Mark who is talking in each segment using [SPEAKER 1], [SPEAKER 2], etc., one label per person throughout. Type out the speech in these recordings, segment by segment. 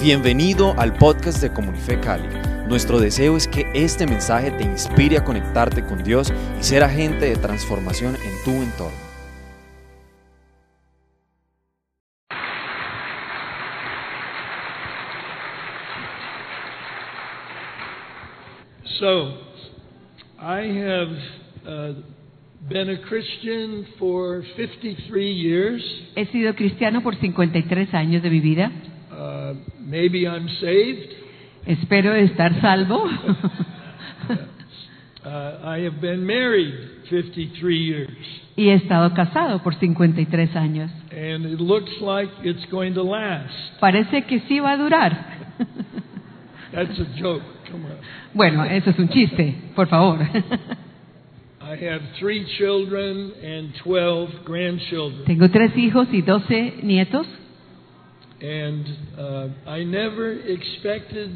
[SPEAKER 1] Bienvenido al podcast de Comunife Cali. Nuestro deseo es que este mensaje te inspire a conectarte con Dios y ser agente de transformación en tu entorno.
[SPEAKER 2] So, I have uh, been a Christian for 53 years.
[SPEAKER 3] He sido cristiano por 53 años de mi vida.
[SPEAKER 2] Uh, maybe I'm saved.
[SPEAKER 3] Espero estar salvo.
[SPEAKER 2] Uh, I have been married 53 years,
[SPEAKER 3] y he estado casado por 53 años.
[SPEAKER 2] and it looks like it's going to last.
[SPEAKER 3] Parece que sí va a durar.
[SPEAKER 2] That's a joke. Come on.
[SPEAKER 3] Bueno, eso es un chiste, por favor.
[SPEAKER 2] I have three children and 12 grandchildren,
[SPEAKER 3] Tengo tres hijos y 12 nietos.
[SPEAKER 2] and uh, I never expected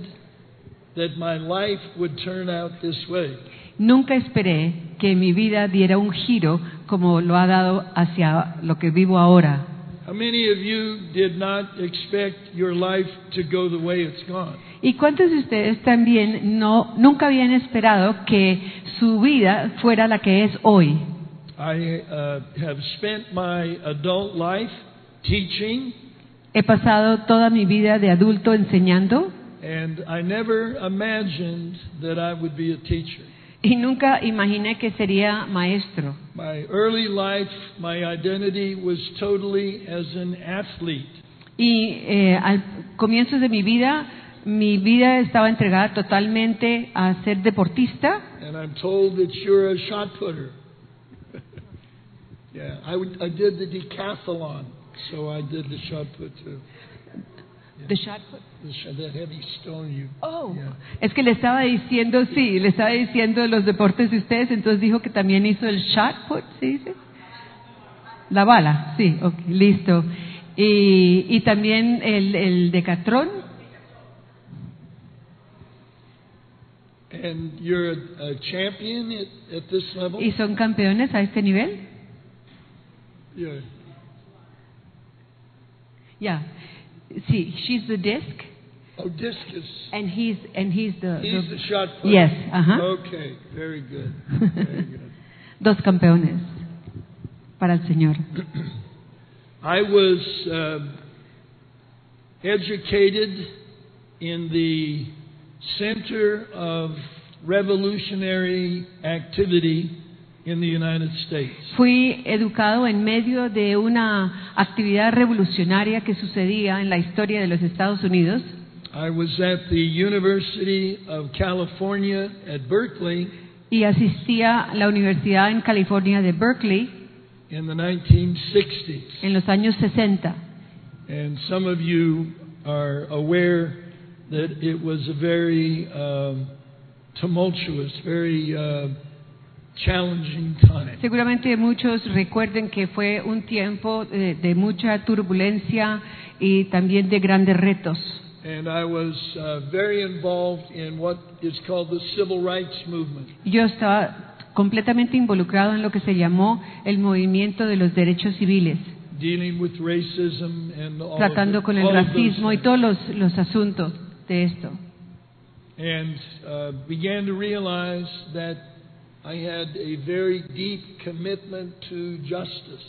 [SPEAKER 2] that my life would turn out this way.
[SPEAKER 3] Nunca esperé que mi vida diera un giro como lo ha dado hacia lo que vivo ahora.
[SPEAKER 2] How many of you did not expect your life to go the way it's gone?
[SPEAKER 3] ¿Y cuántos de ustedes también no, nunca habían esperado que su vida fuera la que es hoy?
[SPEAKER 2] I uh, have spent my adult life teaching,
[SPEAKER 3] He pasado toda mi vida de adulto enseñando
[SPEAKER 2] and I never imagined that I would be a teacher.
[SPEAKER 3] y nunca imaginé que sería maestro.
[SPEAKER 2] My early life, my identity was totally as an athlete.
[SPEAKER 3] Y eh, al comienzo de mi vida, mi vida estaba entregada totalmente a ser deportista.
[SPEAKER 2] And I'm told that you're a shot putter. yeah, I, would, I did the decathlon, so I did the shot put too.
[SPEAKER 3] The shot put-
[SPEAKER 2] The sh- that heavy stone you.
[SPEAKER 3] Oh,
[SPEAKER 2] Yeah.
[SPEAKER 3] es que le estaba diciendo, sí, le estaba diciendo los deportes de ustedes, entonces dijo que también hizo el shot put, ¿se dice? La bala, sí, ok, listo. Y, y también el, el decatrón,
[SPEAKER 2] And you're a, a champion at, at this level?
[SPEAKER 3] y son campeones a este nivel.
[SPEAKER 2] Yeah.
[SPEAKER 3] Yeah. See, she's the disc,
[SPEAKER 2] Oh, discus.
[SPEAKER 3] and he's and he's the,
[SPEAKER 2] He's
[SPEAKER 3] the-
[SPEAKER 2] the shot put.
[SPEAKER 3] Yes, uh-huh. ajá.
[SPEAKER 2] Okay, very good. Very good.
[SPEAKER 3] dos campeones para el señor.
[SPEAKER 2] I was uh, educated in the center of revolutionary activity in the United States.
[SPEAKER 3] Fui educado en medio de una actividad revolucionaria que sucedía en la historia de los Estados Unidos.
[SPEAKER 2] I was at the University of California at Berkeley
[SPEAKER 3] Y asistía a la Universidad en California de Berkeley
[SPEAKER 2] in the 1960s.
[SPEAKER 3] en los años 60.
[SPEAKER 2] And some of you are aware that it was a very um, tumultuous, very uh, challenging time.
[SPEAKER 3] Seguramente muchos recuerden que fue un tiempo de, de mucha turbulencia y también de grandes retos.
[SPEAKER 2] And I was uh, very involved in what is called the civil rights movement.
[SPEAKER 3] Yo estaba completamente involucrado en lo que se llamó el movimiento de los derechos civiles,
[SPEAKER 2] Dealing with racism and all
[SPEAKER 3] tratando
[SPEAKER 2] of the,
[SPEAKER 3] con el
[SPEAKER 2] all of those
[SPEAKER 3] racismo y
[SPEAKER 2] things.
[SPEAKER 3] todos los, los asuntos de esto.
[SPEAKER 2] and uh, began to realize that I had a very deep commitment to justice.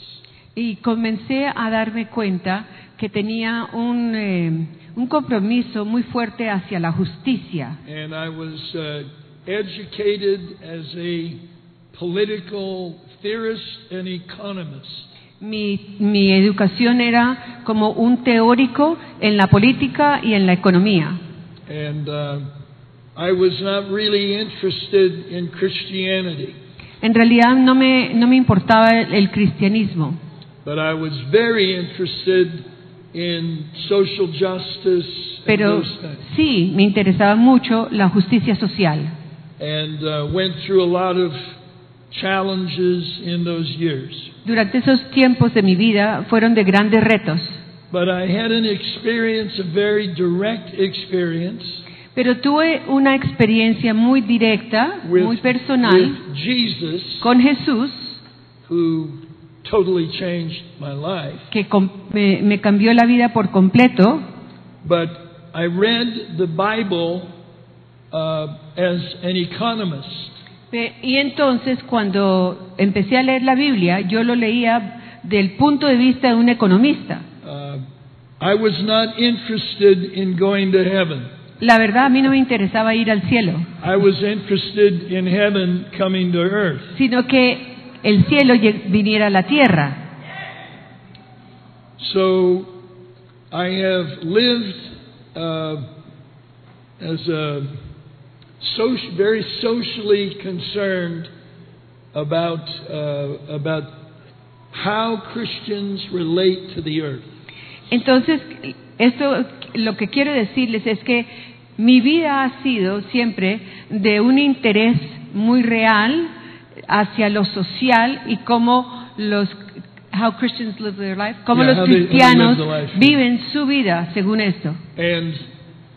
[SPEAKER 3] Y comencé a darme cuenta que tenía un, eh, un compromiso muy fuerte hacia la justicia.
[SPEAKER 2] And I was uh, educated as a political theorist and economist.
[SPEAKER 3] Mi, mi educación era como un teórico en la política y en la economía.
[SPEAKER 2] And uh, I was not really interested in Christianity,
[SPEAKER 3] En realidad no me, no me importaba el- el cristianismo.
[SPEAKER 2] but I was very interested in social justice and
[SPEAKER 3] Pero
[SPEAKER 2] those things.
[SPEAKER 3] sí, me interesaba mucho la justicia social
[SPEAKER 2] And uh, went through a lot of challenges in those years.
[SPEAKER 3] durante esos tiempos de mi vida fueron de grandes retos,
[SPEAKER 2] But I had an experience, a very direct experience.
[SPEAKER 3] pero tuve una experiencia muy directa,
[SPEAKER 2] with,
[SPEAKER 3] muy personal
[SPEAKER 2] with Jesus,
[SPEAKER 3] con Jesús
[SPEAKER 2] who totally changed my life.
[SPEAKER 3] que com- me, me cambió la vida por completo,
[SPEAKER 2] But I read the Bible uh, as an economist.
[SPEAKER 3] Eh, Y entonces cuando empecé a leer la Biblia, yo lo leía del punto de vista de un economista.
[SPEAKER 2] Uh, I was not interested in going to heaven.
[SPEAKER 3] La verdad a mí no me interesaba ir al cielo,
[SPEAKER 2] I was interested in heaven coming to earth.
[SPEAKER 3] sino que el cielo lleg- viniera a la tierra.
[SPEAKER 2] So I have lived uh, as a soci- very socially concerned about uh, about how Christians relate to the earth.
[SPEAKER 3] Entonces, esto lo que quiero decirles es que mi vida ha sido siempre de un interés muy real hacia lo social y cómo los how Christians live their life, cómo
[SPEAKER 2] Yeah,
[SPEAKER 3] los
[SPEAKER 2] how they- how they live
[SPEAKER 3] cristianos
[SPEAKER 2] their life.
[SPEAKER 3] viven su vida según esto.
[SPEAKER 2] And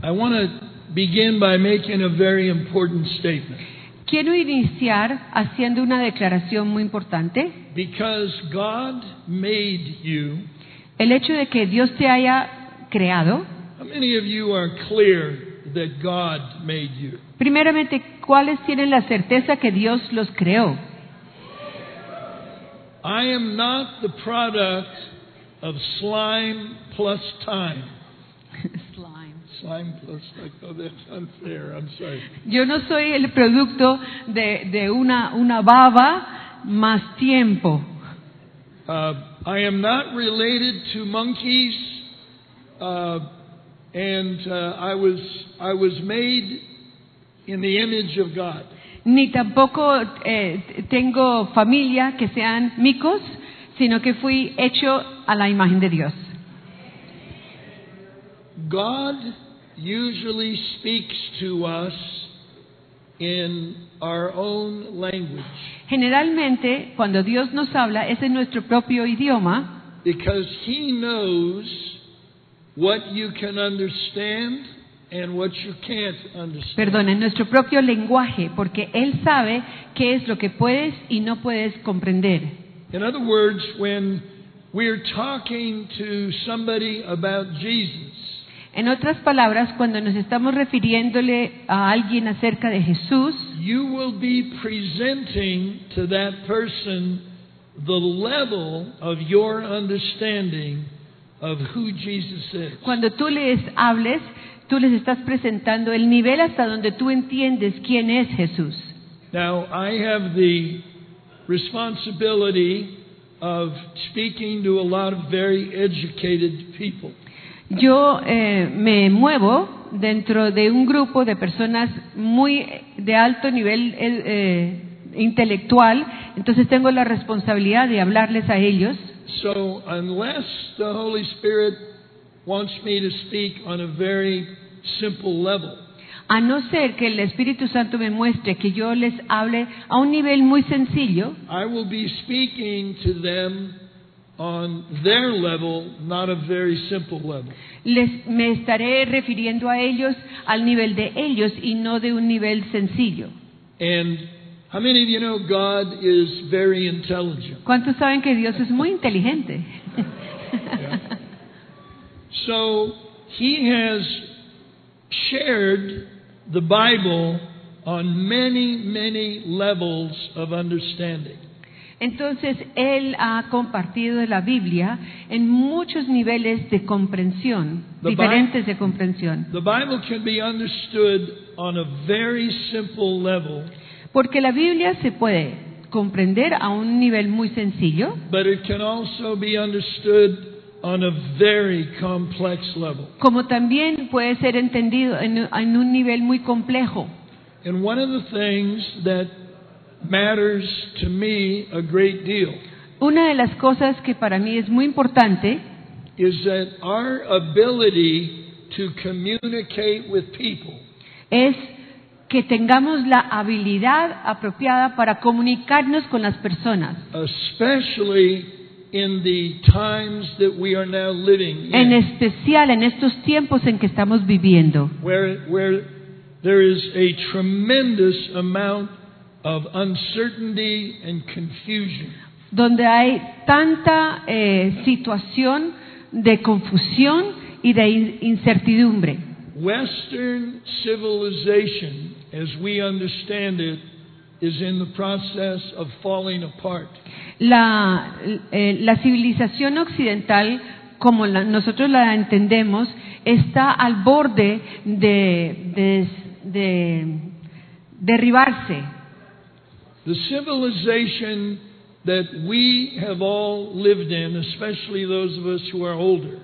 [SPEAKER 2] I want to begin by making a very important statement
[SPEAKER 3] Quiero iniciar haciendo una declaración muy importante.
[SPEAKER 2] because God made you.
[SPEAKER 3] El hecho de que Dios te haya creado,
[SPEAKER 2] How many of you are clear that God made you?
[SPEAKER 3] primeramente, ¿cuáles tienen la certeza que Dios los creó?
[SPEAKER 2] I am not the product of slime plus time. Slime plus time. Oh, that's unfair. I'm sorry.
[SPEAKER 3] Yo no soy el producto de, de una, una baba más tiempo.
[SPEAKER 2] Uh, I am not related to monkeys, uh, and uh, I was I was made in the image of God.
[SPEAKER 3] Ni tampoco eh, tengo familia que sean micos, sino que fui hecho a la imagen de Dios.
[SPEAKER 2] God usually speaks to us in our own language
[SPEAKER 3] Generalmente, cuando Dios nos habla, es en nuestro propio idioma,
[SPEAKER 2] because He knows what you can understand and what you can't understand.
[SPEAKER 3] Perdona, en nuestro propio lenguaje, porque Él sabe qué es lo que puedes y no puedes comprender.
[SPEAKER 2] In other words, when we're talking to somebody about Jesus,
[SPEAKER 3] En otras palabras, cuando nos estamos refiriéndole a alguien acerca de Jesús,
[SPEAKER 2] you will be presenting to that person the level of your understanding of who Jesus is.
[SPEAKER 3] cuando tú les hables, tú les estás presentando el nivel hasta donde tú entiendes quién es Jesús.
[SPEAKER 2] Now, I have the responsibility of speaking to a lot of very educated people.
[SPEAKER 3] Yo eh, me muevo dentro de un grupo de personas muy de alto nivel eh, eh, intelectual, entonces tengo la responsabilidad de hablarles a ellos.
[SPEAKER 2] So, unless the Holy Spirit wants me to speak on a very simple level,
[SPEAKER 3] A no ser que el Espíritu Santo me muestre que yo les hable a un nivel muy sencillo,
[SPEAKER 2] I will be speaking to them on their level, not a very simple level.
[SPEAKER 3] les, me estaré refiriendo a ellos al nivel de ellos y no de un nivel sencillo.
[SPEAKER 2] And how many of you know God is very intelligent?
[SPEAKER 3] ¿Cuántos saben que Dios es muy inteligente?
[SPEAKER 2] So he has shared the Bible on many, many levels of understanding.
[SPEAKER 3] Entonces, Él ha compartido la Biblia en muchos niveles de comprensión,
[SPEAKER 2] The
[SPEAKER 3] diferentes de comprensión.
[SPEAKER 2] The Bible can be understood on a very simple level,
[SPEAKER 3] Porque la Biblia se puede comprender a un nivel muy sencillo,
[SPEAKER 2] but it can also be understood on a very complex level.
[SPEAKER 3] como también puede ser entendido en, en un nivel muy complejo.
[SPEAKER 2] And one of the things that matters to me a great deal
[SPEAKER 3] Una de las cosas que para mí es muy importante
[SPEAKER 2] is that our ability to communicate with people
[SPEAKER 3] es que tengamos la habilidad apropiada para comunicarnos con las personas,
[SPEAKER 2] especially in the times that we are now living in,
[SPEAKER 3] en especial en estos tiempos en que estamos viviendo,
[SPEAKER 2] where, where there is a tremendous amount of uncertainty and confusion.
[SPEAKER 3] donde hay tanta eh, situación de confusión y de in- incertidumbre.
[SPEAKER 2] Western civilization, as we understand it, is in the process of falling apart.
[SPEAKER 3] La, eh, la civilización occidental, como la- nosotros la entendemos, está al borde de, de- de derribarse.
[SPEAKER 2] The civilization that we have all lived in, especially those of us who are older,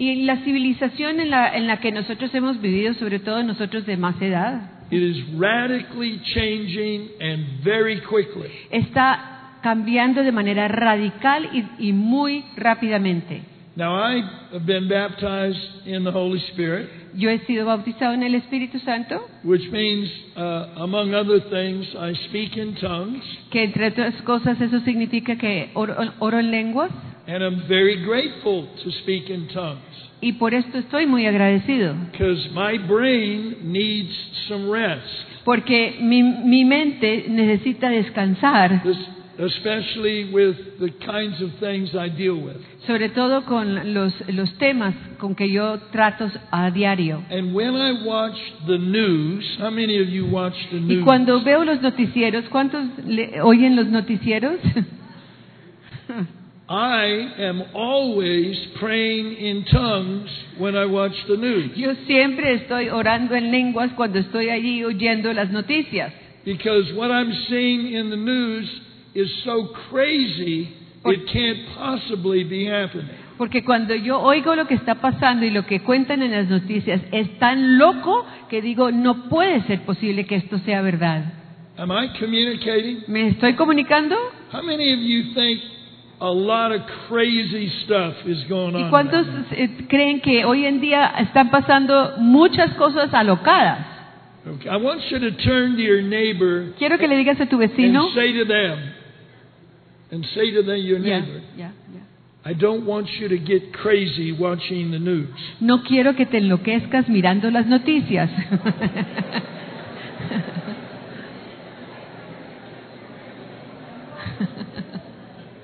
[SPEAKER 3] Y la civilización en la, en la que nosotros hemos vivido, sobre todo nosotros de más edad,
[SPEAKER 2] it is radically changing and very quickly.
[SPEAKER 3] está cambiando de manera radical y- y muy rápidamente.
[SPEAKER 2] Now, I have been baptized in the Holy Spirit,
[SPEAKER 3] Yo he sido bautizado en el Espíritu Santo,
[SPEAKER 2] which means, uh, among other things, I speak in tongues,
[SPEAKER 3] que entre otras cosas eso significa que oro, oro en lenguas,
[SPEAKER 2] and I'm very grateful to speak in tongues
[SPEAKER 3] y por esto estoy muy agradecido,
[SPEAKER 2] because my brain needs some rest.
[SPEAKER 3] porque mi, mi mente necesita descansar,
[SPEAKER 2] This, especially with the kinds of things I deal with.
[SPEAKER 3] sobre todo con los, los temas con que yo trato a diario.
[SPEAKER 2] And when I watch the news, how many of you watch the
[SPEAKER 3] Y
[SPEAKER 2] news?
[SPEAKER 3] cuando veo los noticieros, ¿cuántos le- oyen los noticieros?
[SPEAKER 2] I am always praying in tongues when I watch the news
[SPEAKER 3] Yo siempre estoy orando en lenguas cuando estoy allí oyendo las noticias.
[SPEAKER 2] because what I'm seeing in the news is so crazy it can't possibly be happening.
[SPEAKER 3] Porque cuando yo oigo lo que está pasando y lo que cuentan en las noticias es tan loco que digo, no puede ser posible que esto sea verdad.
[SPEAKER 2] Am I communicating?
[SPEAKER 3] ¿Me estoy comunicando?
[SPEAKER 2] How many of you think a lot of crazy stuff is going
[SPEAKER 3] ¿Y
[SPEAKER 2] on?
[SPEAKER 3] cuántos
[SPEAKER 2] right now?
[SPEAKER 3] eh, creen que hoy en día están pasando muchas cosas alocadas?
[SPEAKER 2] Okay. I want you to turn to your neighbor
[SPEAKER 3] Quiero que le digas a tu vecino.
[SPEAKER 2] and say to them, and say to them, your
[SPEAKER 3] Ya,
[SPEAKER 2] neighbor,
[SPEAKER 3] ya, ya.
[SPEAKER 2] I don't want you to get crazy watching the news.
[SPEAKER 3] No quiero que te enloquezcas mirando las noticias.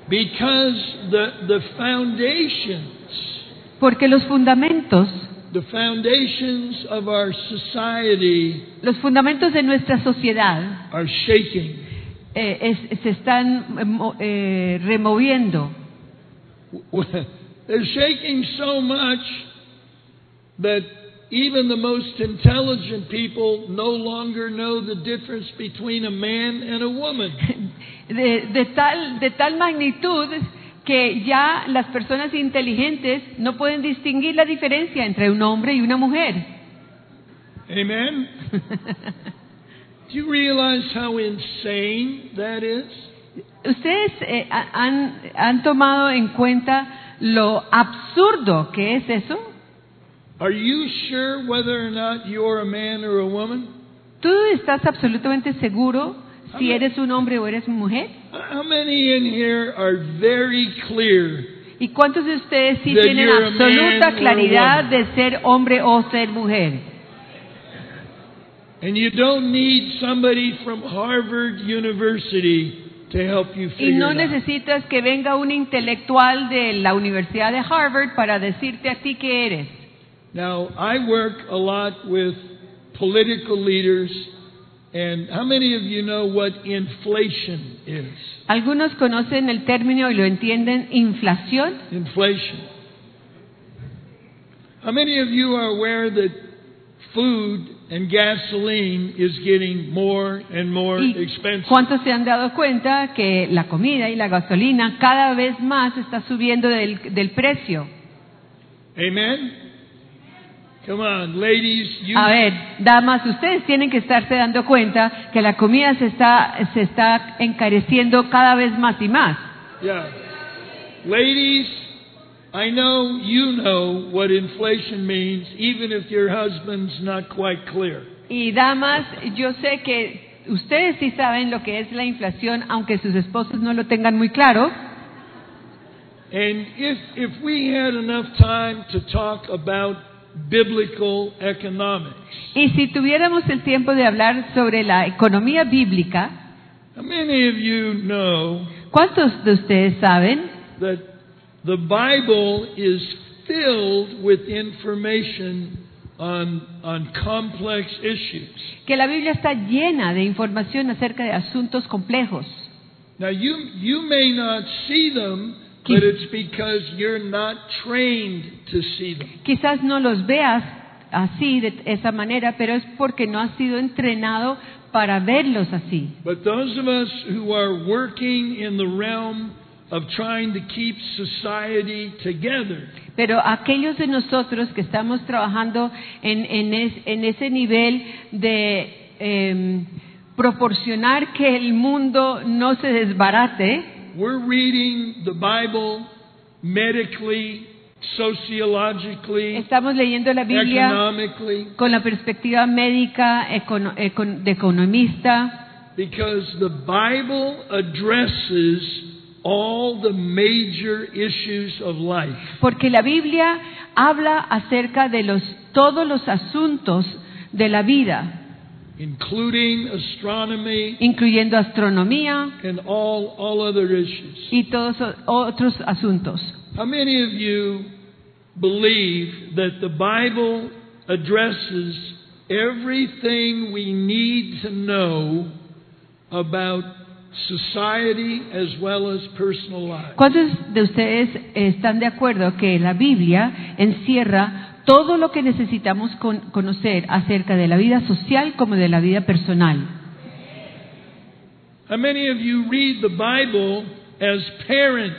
[SPEAKER 2] Because the, the foundations,
[SPEAKER 3] Porque los fundamentos,
[SPEAKER 2] the foundations of our society
[SPEAKER 3] los fundamentos de nuestra sociedad
[SPEAKER 2] are shaking.
[SPEAKER 3] eh, es- se están eh, mo- eh, removiendo.
[SPEAKER 2] They're shaking so much that even the most intelligent people no longer know the difference between a man and a woman.
[SPEAKER 3] De, de tal, de tal magnitud que ya las personas inteligentes no pueden distinguir la diferencia entre un hombre y una mujer.
[SPEAKER 2] Amen? Do you realize how insane that is?
[SPEAKER 3] Ustedes eh, ha- han, han tomado en cuenta lo absurdo que es eso.
[SPEAKER 2] Are you sure whether or not you're a man or a woman?
[SPEAKER 3] ¿Tú estás absolutamente seguro si eres un hombre o eres mujer?
[SPEAKER 2] How many in here are very clear
[SPEAKER 3] ¿Y cuántos de ustedes sí
[SPEAKER 2] That
[SPEAKER 3] tienen
[SPEAKER 2] you're a man or
[SPEAKER 3] absoluta
[SPEAKER 2] a
[SPEAKER 3] claridad
[SPEAKER 2] woman.
[SPEAKER 3] de ser hombre o ser mujer?
[SPEAKER 2] and you don't need somebody from Harvard University to help you
[SPEAKER 3] Y
[SPEAKER 2] figure
[SPEAKER 3] no
[SPEAKER 2] it out?
[SPEAKER 3] necesitas que venga un intelectual de la Universidad de Harvard para decirte a ti qué eres.
[SPEAKER 2] Now, I work a lot with political leaders, and how many of you know what inflation is?
[SPEAKER 3] Algunos conocen el término y lo entienden inflación.
[SPEAKER 2] Inflation. How many of you are aware that food and gasoline is getting more and more
[SPEAKER 3] ¿Y
[SPEAKER 2] expensive?
[SPEAKER 3] cuántos se han dado cuenta que la comida y la gasolina cada vez más está subiendo del, del precio?
[SPEAKER 2] Amen? Come on, ladies, you,
[SPEAKER 3] A ver, damas, ustedes tienen que estarse dando cuenta que la comida se está, se está encareciendo cada vez más y más.
[SPEAKER 2] yeah. Ladies, I know you know what inflation means, even if your husband's not quite clear.
[SPEAKER 3] Y damas, yo sé que ustedes sí saben lo que es la inflación, aunque sus esposos no lo tengan muy claro.
[SPEAKER 2] And if, if we had enough time to talk about biblical economics,
[SPEAKER 3] Y si tuviéramos el tiempo de hablar sobre la economía bíblica,
[SPEAKER 2] How many of you know
[SPEAKER 3] ¿cuántos de ustedes saben
[SPEAKER 2] that the Bible is filled with information on, on complex issues.
[SPEAKER 3] que la Biblia está llena de información acerca de asuntos complejos.
[SPEAKER 2] Now, you, you may not see them, but it's because you're not trained to see them.
[SPEAKER 3] Quizás no los veas así, de esa manera, pero es porque no has sido entrenado para verlos así.
[SPEAKER 2] But those of us who are working in the realm of trying to keep society together,
[SPEAKER 3] Pero aquellos de nosotros que estamos trabajando en, en es- en ese nivel de em, proporcionar que el mundo no se desbarate,
[SPEAKER 2] we're reading the Bible medically, sociologically,
[SPEAKER 3] estamos leyendo la Biblia
[SPEAKER 2] economically,
[SPEAKER 3] con la perspectiva médica, econo- econ- de economista,
[SPEAKER 2] because the Bible addresses all the major issues of life.
[SPEAKER 3] porque la Biblia habla acerca de los, todos los asuntos de la vida,
[SPEAKER 2] including astronomy
[SPEAKER 3] incluyendo astronomía
[SPEAKER 2] and all, all other issues.
[SPEAKER 3] y todos o- otros asuntos.
[SPEAKER 2] How many of you believe that the Bible addresses everything we need to know about society as well as personal life?
[SPEAKER 3] ¿Cuántos de ustedes están de acuerdo que la Biblia encierra todo lo que necesitamos con- conocer acerca de la vida social como de la vida personal?
[SPEAKER 2] How many of you read the Bible as parents?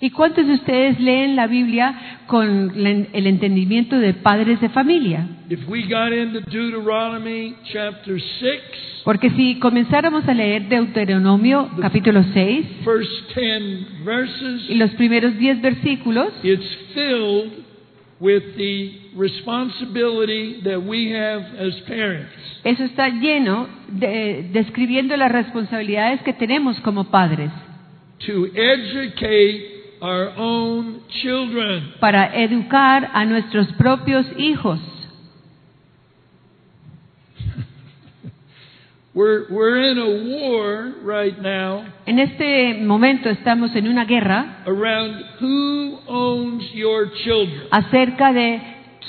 [SPEAKER 3] ¿Y cuántos de ustedes leen la Biblia con la en- el entendimiento de padres de familia?
[SPEAKER 2] If we got into Deuteronomy chapter 6,
[SPEAKER 3] Porque si comenzáramos a leer Deuteronomio capítulo 6
[SPEAKER 2] first 10 verses,
[SPEAKER 3] y los primeros 10 versículos,
[SPEAKER 2] It's filled with the responsibility that we have as parents.
[SPEAKER 3] eso está lleno de- describiendo las responsabilidades que tenemos como padres
[SPEAKER 2] To educate our own children.
[SPEAKER 3] para educar a nuestros propios hijos.
[SPEAKER 2] We're, we're in a war right now
[SPEAKER 3] En este momento estamos en una guerra
[SPEAKER 2] around who owns your children.
[SPEAKER 3] acerca de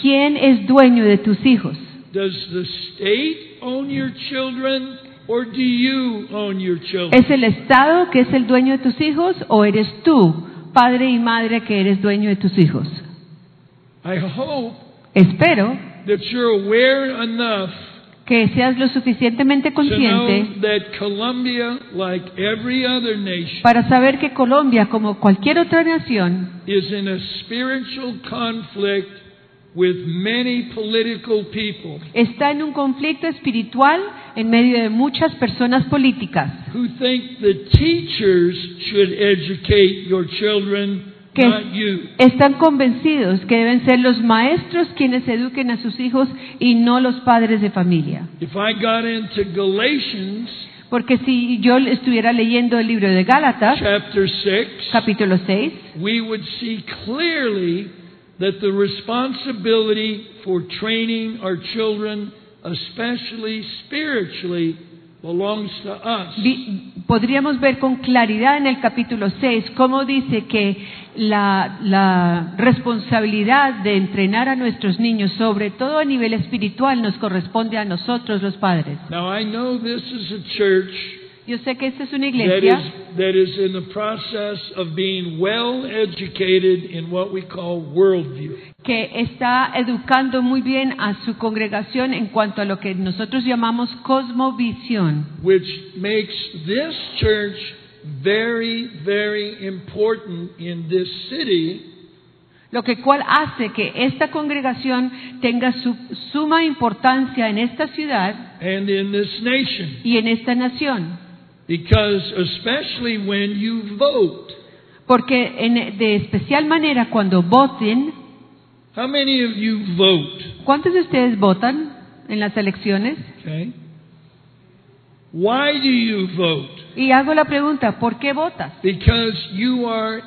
[SPEAKER 3] quién es dueño de tus hijos.
[SPEAKER 2] Does the state own your children or do you own your children?
[SPEAKER 3] ¿Es el Estado que es el dueño de tus hijos o eres tú, padre y madre, que eres dueño de tus hijos?
[SPEAKER 2] I hope
[SPEAKER 3] Espero
[SPEAKER 2] that you're aware enough
[SPEAKER 3] que seas lo suficientemente
[SPEAKER 2] to know
[SPEAKER 3] consciente
[SPEAKER 2] that Colombia, like every other nation,
[SPEAKER 3] para saber que Colombia, como cualquier otra nación,
[SPEAKER 2] is in a spiritual conflict with many political people
[SPEAKER 3] está en un conflicto espiritual en medio de muchas personas políticas
[SPEAKER 2] who think the teachers should educate your children,
[SPEAKER 3] que
[SPEAKER 2] not you.
[SPEAKER 3] están convencidos que deben ser los maestros quienes eduquen a sus hijos y no los padres de familia.
[SPEAKER 2] If I got into Galatians
[SPEAKER 3] Porque si yo estuviera leyendo el libro de Gálatas,
[SPEAKER 2] chapter 6,
[SPEAKER 3] capítulo 6,
[SPEAKER 2] we would see clearly that the responsibility for training our children, especially spiritually, belongs to us.
[SPEAKER 3] vi- podríamos ver con claridad en el capítulo 6 cómo dice que la, la responsabilidad de entrenar a nuestros niños, sobre todo a nivel espiritual, nos corresponde a nosotros los padres.
[SPEAKER 2] Now, I know this is a church
[SPEAKER 3] Yo sé que esta es una
[SPEAKER 2] that
[SPEAKER 3] iglesia
[SPEAKER 2] is, that is in the process of being well educated in what we call worldview.
[SPEAKER 3] que está educando muy bien a su congregación en cuanto a lo que nosotros llamamos cosmovisión,
[SPEAKER 2] Which makes this church very, very important in this city
[SPEAKER 3] lo que cual hace que esta congregación tenga su suma importancia en esta ciudad
[SPEAKER 2] and in this nation.
[SPEAKER 3] y en esta nación,
[SPEAKER 2] Because especially when you vote,
[SPEAKER 3] porque en- de especial manera cuando voten,
[SPEAKER 2] how many of you vote?
[SPEAKER 3] ¿cuántos de ustedes votan en las elecciones?
[SPEAKER 2] Okay. Why do you vote?
[SPEAKER 3] Y hago la pregunta, ¿por qué votas?
[SPEAKER 2] Because you are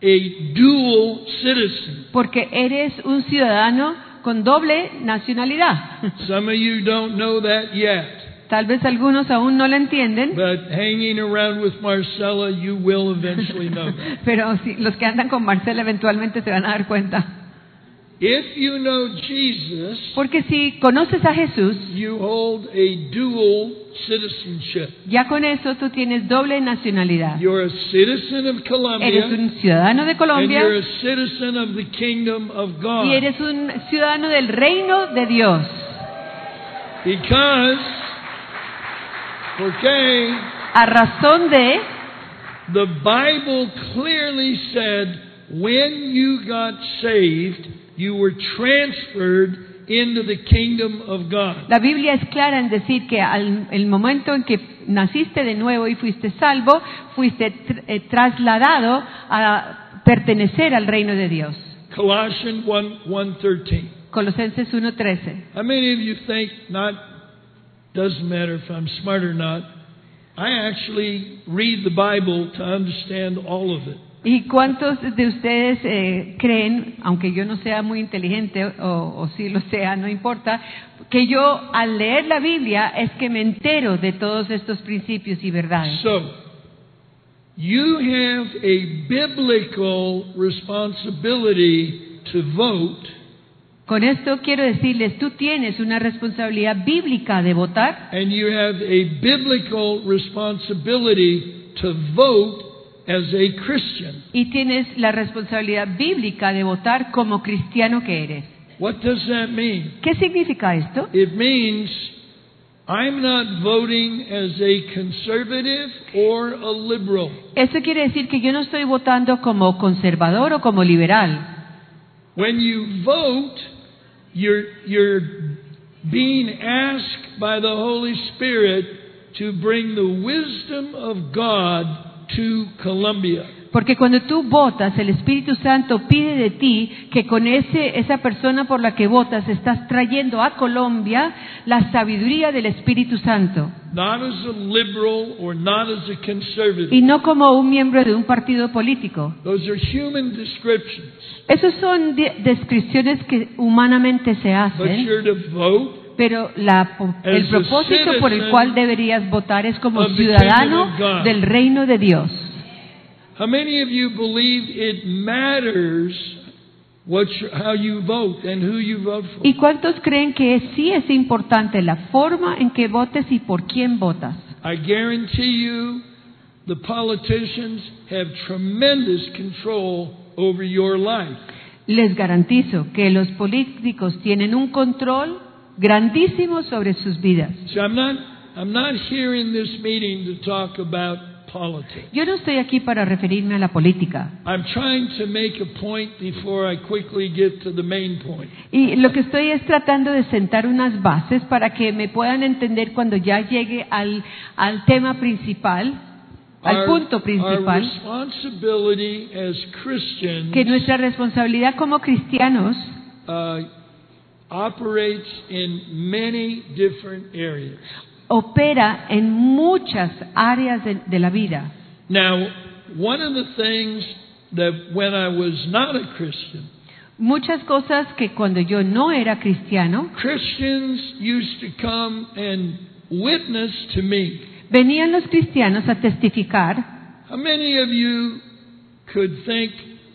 [SPEAKER 2] a dual citizen.
[SPEAKER 3] Porque eres un ciudadano con doble nacionalidad.
[SPEAKER 2] Some of you don't know that yet.
[SPEAKER 3] Tal vez algunos aún no lo entienden,
[SPEAKER 2] But hanging around with Marcella, you will eventually know that.
[SPEAKER 3] pero si- los que andan con Marcela eventualmente se van a dar cuenta.
[SPEAKER 2] If you know Jesus,
[SPEAKER 3] Porque si conoces a Jesús,
[SPEAKER 2] you hold a dual citizenship.
[SPEAKER 3] ya con eso tú tienes doble nacionalidad.
[SPEAKER 2] You're a citizen of
[SPEAKER 3] Eres
[SPEAKER 2] Colombia,
[SPEAKER 3] un ciudadano de
[SPEAKER 2] and
[SPEAKER 3] Colombia
[SPEAKER 2] you're a citizen of the kingdom of God.
[SPEAKER 3] y eres un ciudadano del reino de Dios.
[SPEAKER 2] Because, porque
[SPEAKER 3] A razón de,
[SPEAKER 2] the Bible clearly said when you got saved, you were transferred into the kingdom of God.
[SPEAKER 3] la Biblia es clara en decir que al el momento en que naciste de nuevo y fuiste salvo, fuiste tr- eh, trasladado a pertenecer al reino de Dios.
[SPEAKER 2] Colossians 1 1:13.
[SPEAKER 3] Colosenses 1.13.
[SPEAKER 2] How many of you think not doesn't matter if I'm smart or not? I actually read the Bible to understand all of it.
[SPEAKER 3] ¿Y cuántos de ustedes eh, creen, aunque yo no sea muy inteligente, o, o si lo sea, no importa, que yo al leer la Biblia es que me entero de todos estos principios y verdades?
[SPEAKER 2] So, you have a biblical responsibility to vote
[SPEAKER 3] Con esto quiero decirles, tú tienes una responsabilidad bíblica de votar
[SPEAKER 2] and you have a biblical responsibility to vote as a Christian.
[SPEAKER 3] y tienes la responsabilidad bíblica de votar como cristiano que eres.
[SPEAKER 2] What does that mean?
[SPEAKER 3] ¿Qué significa esto?
[SPEAKER 2] It means I'm not voting as a conservative or a liberal.
[SPEAKER 3] Esto quiere decir que yo no estoy votando como conservador o como liberal.
[SPEAKER 2] When you vote, you're, you're being asked by the Holy Spirit to bring the wisdom of God to Colombia.
[SPEAKER 3] Porque cuando tú votas, el Espíritu Santo pide de ti que con ese, esa persona por la que votas estás trayendo a Colombia la sabiduría del Espíritu Santo.
[SPEAKER 2] Not as a liberal or not as a conservative.
[SPEAKER 3] Y no como un miembro de un partido político.
[SPEAKER 2] Those are human descriptions.
[SPEAKER 3] Esas son de- descripciones que humanamente se
[SPEAKER 2] But
[SPEAKER 3] hacen,
[SPEAKER 2] you're to vote
[SPEAKER 3] pero la po- el
[SPEAKER 2] As a
[SPEAKER 3] propósito por el
[SPEAKER 2] citizen
[SPEAKER 3] cual deberías votar es como
[SPEAKER 2] of the kingdom of
[SPEAKER 3] ciudadano
[SPEAKER 2] God.
[SPEAKER 3] del reino de Dios.
[SPEAKER 2] How many of you believe it matters what you, how you vote and who you vote for?
[SPEAKER 3] ¿Y cuántos creen que sí es importante la forma en que votes y por quién votas?
[SPEAKER 2] I guarantee you the politicians have tremendous control over your life.
[SPEAKER 3] Les garantizo que los políticos tienen un control grandísimo sobre sus vidas.
[SPEAKER 2] So I'm not I'm not here in this meeting to talk about politics.
[SPEAKER 3] Yo no estoy aquí para referirme a la política.
[SPEAKER 2] I'm trying to make a point before I quickly get to the main point.
[SPEAKER 3] Y lo que estoy es tratando de sentar unas bases para que me puedan entender cuando ya llegue al, al tema principal, al punto
[SPEAKER 2] Our
[SPEAKER 3] principal,
[SPEAKER 2] responsibility as Christians
[SPEAKER 3] que nuestra responsabilidad como cristianos
[SPEAKER 2] uh, operates in many different areas.
[SPEAKER 3] opera en muchas áreas de- de la vida.
[SPEAKER 2] Now, one of the things that when I was not a Christian,
[SPEAKER 3] Muchas cosas que cuando yo no era cristiano,
[SPEAKER 2] Christians used to come and witness to me.
[SPEAKER 3] venían los cristianos a testificar
[SPEAKER 2] How many of you could think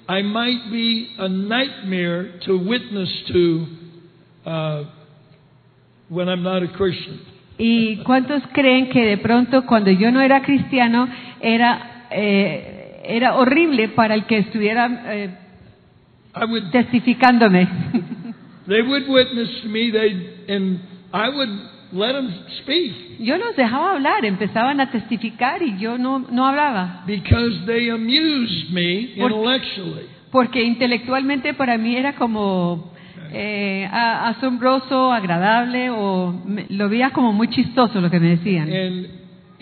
[SPEAKER 2] I might be a nightmare to witness to uh, when I'm not a Christian?
[SPEAKER 3] ¿Y cuántos creen que de pronto cuando yo no era cristiano era, eh, era horrible para el que estuviera eh,
[SPEAKER 2] I would
[SPEAKER 3] testificándome?
[SPEAKER 2] They would witness to me. They and I would let them speak
[SPEAKER 3] Yo los dejaba hablar, empezaban a testificar y yo no, no hablaba,
[SPEAKER 2] because they amused me
[SPEAKER 3] Por-
[SPEAKER 2] intellectually.
[SPEAKER 3] porque intelectualmente para mí era como eh, a- asombroso, agradable, o me- lo veía como muy chistoso lo que me decían.
[SPEAKER 2] And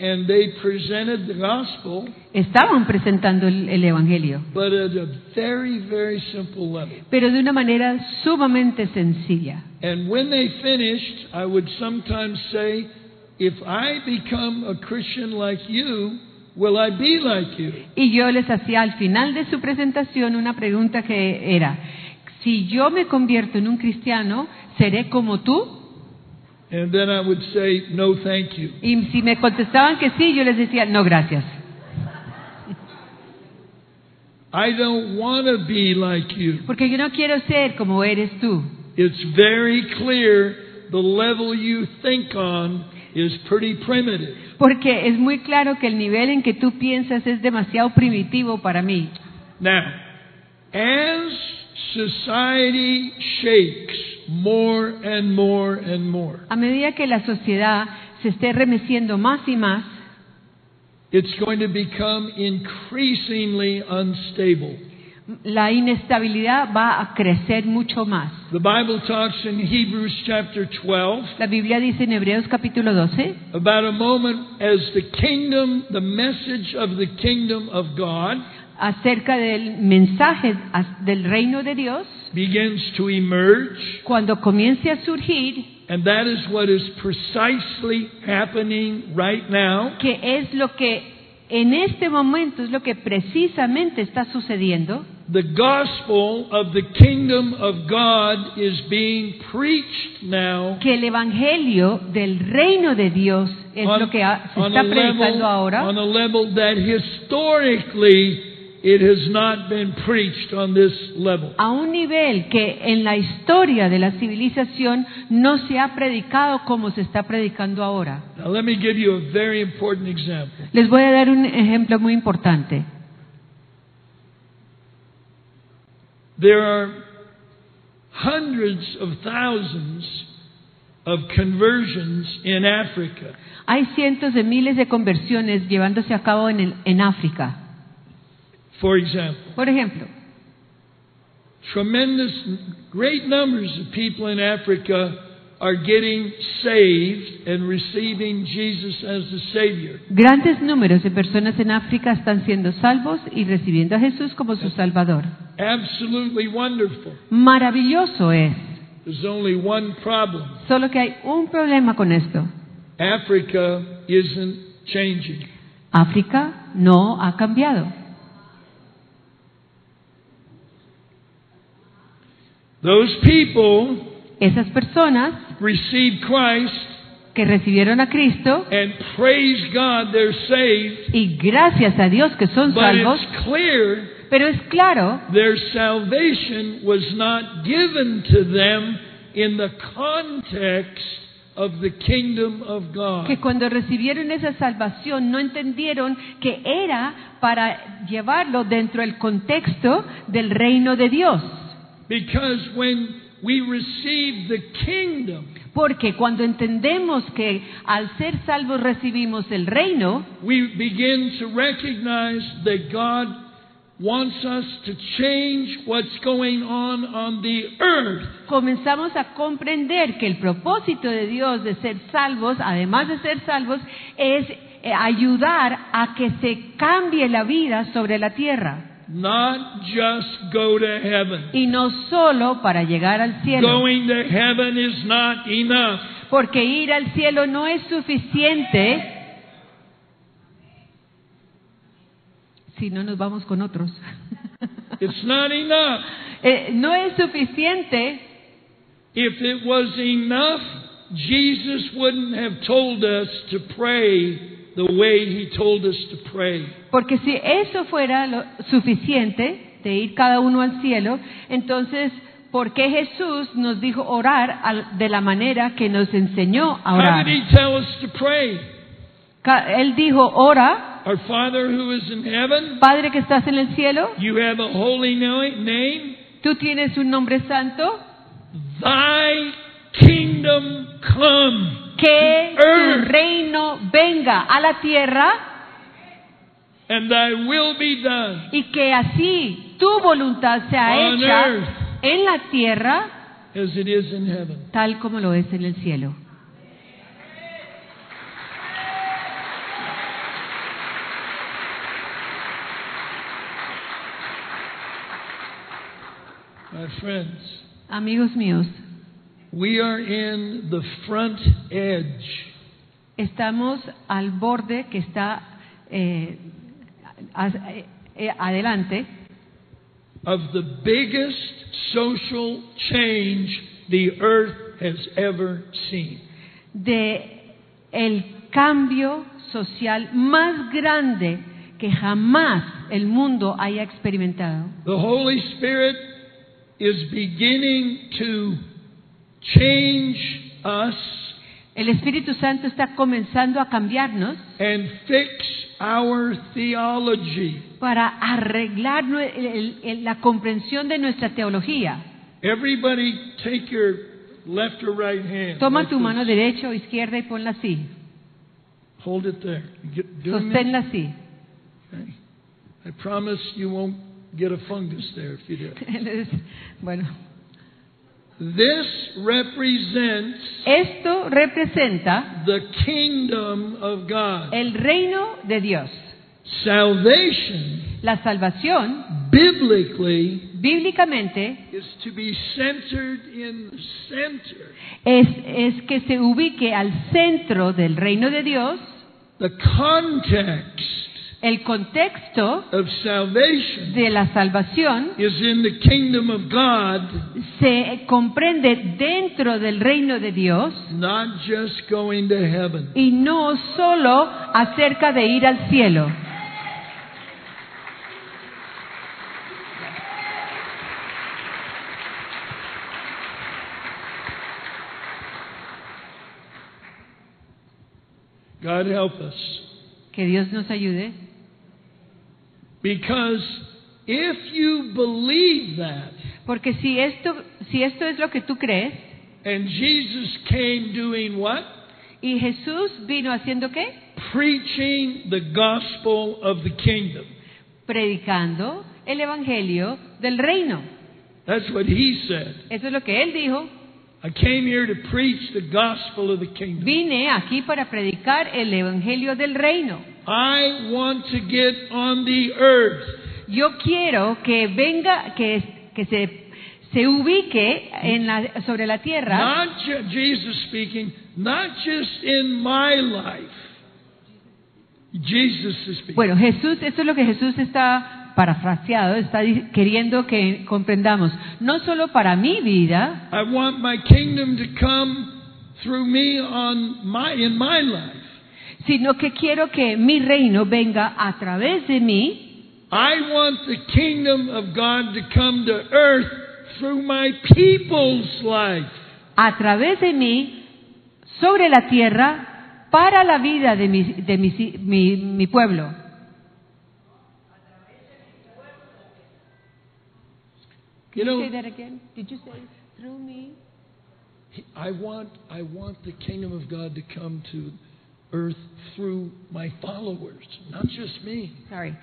[SPEAKER 2] and they presented the gospel,
[SPEAKER 3] Estaban presentando el- el Evangelio,
[SPEAKER 2] but at a very very simple level.
[SPEAKER 3] pero de una manera sumamente sencilla.
[SPEAKER 2] And when they finished, I would sometimes say, "If I become a Christian like you, will I be like you?"
[SPEAKER 3] Y yo les hacía al final de su presentación una pregunta que era, si yo me convierto en un cristiano, ¿seré como tú?
[SPEAKER 2] And then I would say, "No, thank you."
[SPEAKER 3] Y si me contestaban que sí, yo les decía, no, gracias.
[SPEAKER 2] I don't want to be like you.
[SPEAKER 3] Porque yo no quiero ser como eres tú.
[SPEAKER 2] It's very clear the level you think on is pretty primitive.
[SPEAKER 3] Porque es muy claro que el nivel en que tú piensas es demasiado primitivo para mí.
[SPEAKER 2] Now, as society shakes more and more and more,
[SPEAKER 3] A medida que la sociedad se esté remeciendo más y más,
[SPEAKER 2] it's going to become increasingly unstable.
[SPEAKER 3] la inestabilidad va a crecer mucho más.
[SPEAKER 2] The Bible talks in Hebrews chapter 12
[SPEAKER 3] La Biblia dice en Hebreos capítulo 12
[SPEAKER 2] about a moment as the kingdom, the message of the kingdom of God
[SPEAKER 3] acerca del mensaje as- del reino de Dios
[SPEAKER 2] begins to emerge.
[SPEAKER 3] cuando comience a surgir,
[SPEAKER 2] And that is what is precisely happening right now.
[SPEAKER 3] que es lo que en este momento es lo que precisamente está sucediendo,
[SPEAKER 2] The gospel of the kingdom of God is being preached now
[SPEAKER 3] que el evangelio del reino de Dios es
[SPEAKER 2] on,
[SPEAKER 3] lo que ha- se
[SPEAKER 2] on
[SPEAKER 3] está
[SPEAKER 2] a level,
[SPEAKER 3] predicando ahora.
[SPEAKER 2] on a level that historically it has not been preached on this level.
[SPEAKER 3] a un nivel que en la historia de la civilización no se ha predicado como se está predicando ahora.
[SPEAKER 2] Now, let me give you a very important example.
[SPEAKER 3] Les voy a dar un ejemplo muy importante.
[SPEAKER 2] There are hundreds of thousands of conversions in Africa.
[SPEAKER 3] Hay cientos de miles de conversiones llevándose a cabo en, el- en África.
[SPEAKER 2] For example,
[SPEAKER 3] Por ejemplo,
[SPEAKER 2] tremendous, great numbers of people in Africa are getting saved and receiving Jesus as the Savior.
[SPEAKER 3] grandes números de personas en África están siendo salvos y recibiendo a Jesús como su Salvador.
[SPEAKER 2] Absolutely wonderful.
[SPEAKER 3] Maravilloso es,
[SPEAKER 2] There's only one problem
[SPEAKER 3] solo que hay un problema con esto.
[SPEAKER 2] Africa isn't changing.
[SPEAKER 3] África no ha cambiado.
[SPEAKER 2] Those people
[SPEAKER 3] Esas personas
[SPEAKER 2] receive Christ
[SPEAKER 3] que recibieron a Cristo
[SPEAKER 2] and praise God they're saved,
[SPEAKER 3] y gracias a Dios que son
[SPEAKER 2] but
[SPEAKER 3] salvos,
[SPEAKER 2] it's clear
[SPEAKER 3] pero es claro
[SPEAKER 2] Their salvation was not given to them in the context of the kingdom of God.
[SPEAKER 3] que cuando recibieron esa salvación no entendieron que era para llevarlo dentro del contexto del reino de Dios.
[SPEAKER 2] Because when we receive the kingdom,
[SPEAKER 3] Porque cuando entendemos que al ser salvos recibimos el reino,
[SPEAKER 2] we begin to recognize that God wants us to change what's going on on the earth.
[SPEAKER 3] comenzamos a comprender que el propósito de Dios de ser salvos, además de ser salvos, es eh, ayudar a que se cambie la vida sobre la tierra.
[SPEAKER 2] Not just go to heaven.
[SPEAKER 3] Y no solo para llegar al cielo,
[SPEAKER 2] Going to heaven is not enough.
[SPEAKER 3] porque ir al cielo no es suficiente si no nos vamos con otros.
[SPEAKER 2] It's not enough.
[SPEAKER 3] Eh, no es suficiente.
[SPEAKER 2] If it was enough, Jesus wouldn't have told us to pray the way he told us to pray.
[SPEAKER 3] Porque si eso fuera lo suficiente, de ir cada uno al cielo, entonces, ¿por qué Jesús nos dijo orar al- de la manera que nos enseñó a
[SPEAKER 2] How
[SPEAKER 3] orar?
[SPEAKER 2] did he tell us to pray?
[SPEAKER 3] Ca- Él dijo, ora,
[SPEAKER 2] Our Father who is in heaven,
[SPEAKER 3] Padre que estás en el cielo,
[SPEAKER 2] you have a holy na- name.
[SPEAKER 3] tú tienes un nombre santo,
[SPEAKER 2] Thy kingdom come.
[SPEAKER 3] que
[SPEAKER 2] Earth.
[SPEAKER 3] tu reino venga a la tierra
[SPEAKER 2] And thy will be done
[SPEAKER 3] y que así tu voluntad sea
[SPEAKER 2] On
[SPEAKER 3] hecha
[SPEAKER 2] earth.
[SPEAKER 3] en la tierra
[SPEAKER 2] as it is in heaven.
[SPEAKER 3] tal como lo es en el cielo.
[SPEAKER 2] My friends,
[SPEAKER 3] Amigos míos,
[SPEAKER 2] we are in the front edge
[SPEAKER 3] estamos al borde que está eh, as- eh, eh, adelante
[SPEAKER 2] of the biggest social change the earth has ever seen.
[SPEAKER 3] de el cambio social más grande que jamás el mundo haya experimentado.
[SPEAKER 2] The Holy Spirit is beginning to change us
[SPEAKER 3] El Espíritu Santo está comenzando a cambiarnos
[SPEAKER 2] and fix our theology.
[SPEAKER 3] para arreglar nue- el- el- la comprensión de nuestra teología.
[SPEAKER 2] Everybody, take your left or right hand.
[SPEAKER 3] Toma
[SPEAKER 2] like
[SPEAKER 3] tu
[SPEAKER 2] this.
[SPEAKER 3] mano derecha o izquierda y ponla así.
[SPEAKER 2] Hold it there. Get- doing it?
[SPEAKER 3] Sosténla así.
[SPEAKER 2] Okay. I promise you won't get a fungus there if you do.
[SPEAKER 3] Les- Bueno,
[SPEAKER 2] This represents
[SPEAKER 3] esto representa
[SPEAKER 2] the kingdom of God.
[SPEAKER 3] el reino de Dios.
[SPEAKER 2] Salvation,
[SPEAKER 3] La salvación,
[SPEAKER 2] biblically,
[SPEAKER 3] bíblicamente,
[SPEAKER 2] is to be centered in the center.
[SPEAKER 3] es, es que se ubique al centro del reino de Dios.
[SPEAKER 2] The context
[SPEAKER 3] El contexto
[SPEAKER 2] of salvation
[SPEAKER 3] de la salvación
[SPEAKER 2] is in the kingdom of God,
[SPEAKER 3] se comprende dentro del reino de Dios
[SPEAKER 2] not just going to heaven.
[SPEAKER 3] y no solo acerca de ir al cielo.
[SPEAKER 2] God help us.
[SPEAKER 3] Que Dios nos ayude.
[SPEAKER 2] Because if you believe that,
[SPEAKER 3] Porque si esto, si esto es lo que tú crees,
[SPEAKER 2] and Jesus came doing what?
[SPEAKER 3] y Jesús vino haciendo qué?
[SPEAKER 2] Preaching the gospel of the kingdom.
[SPEAKER 3] Predicando el Evangelio del reino.
[SPEAKER 2] That's what he said.
[SPEAKER 3] Eso es lo que él dijo.
[SPEAKER 2] I came here to preach the gospel of the kingdom.
[SPEAKER 3] Vine aquí para predicar el Evangelio del reino.
[SPEAKER 2] I want to get on the earth.
[SPEAKER 3] Yo quiero que venga, que, que se, se ubique en la- sobre la tierra,
[SPEAKER 2] Not ju- Jesus speaking, not just in my life. Jesus is speaking.
[SPEAKER 3] Bueno, Jesús, esto es lo que Jesús está parafraseado, está di- queriendo que comprendamos, no solo para mi vida,
[SPEAKER 2] I want my kingdom to come through me on my in my life.
[SPEAKER 3] sino que quiero que mi reino venga a través de mí.
[SPEAKER 2] I want the kingdom of God to come to earth through my people's life.
[SPEAKER 3] a través de mí, sobre la tierra, para la vida de mi, de mis- mi- mi pueblo.
[SPEAKER 2] You know, I want I want the kingdom of God to come to earth through my followers, not just me.
[SPEAKER 3] Sorry.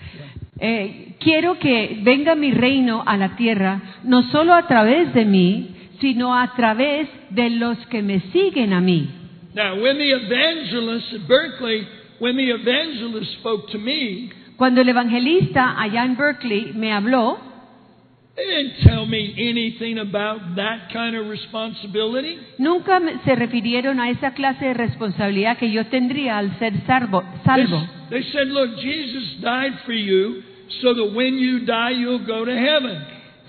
[SPEAKER 3] Eh, quiero que venga mi reino a la tierra, no solo a través de mí, sino a través de los que me siguen a mí.
[SPEAKER 2] Now, when the evangelist at Berkeley, when the evangelist spoke to me,
[SPEAKER 3] Cuando el evangelista allá en Berkeley me habló,
[SPEAKER 2] they didn't tell me anything about that kind of responsibility.
[SPEAKER 3] nunca me- se refirieron a esa clase de responsabilidad que yo tendría al ser salvo. salvo.
[SPEAKER 2] They, they said, look, Jesus died for you so that when you die, you'll go to heaven.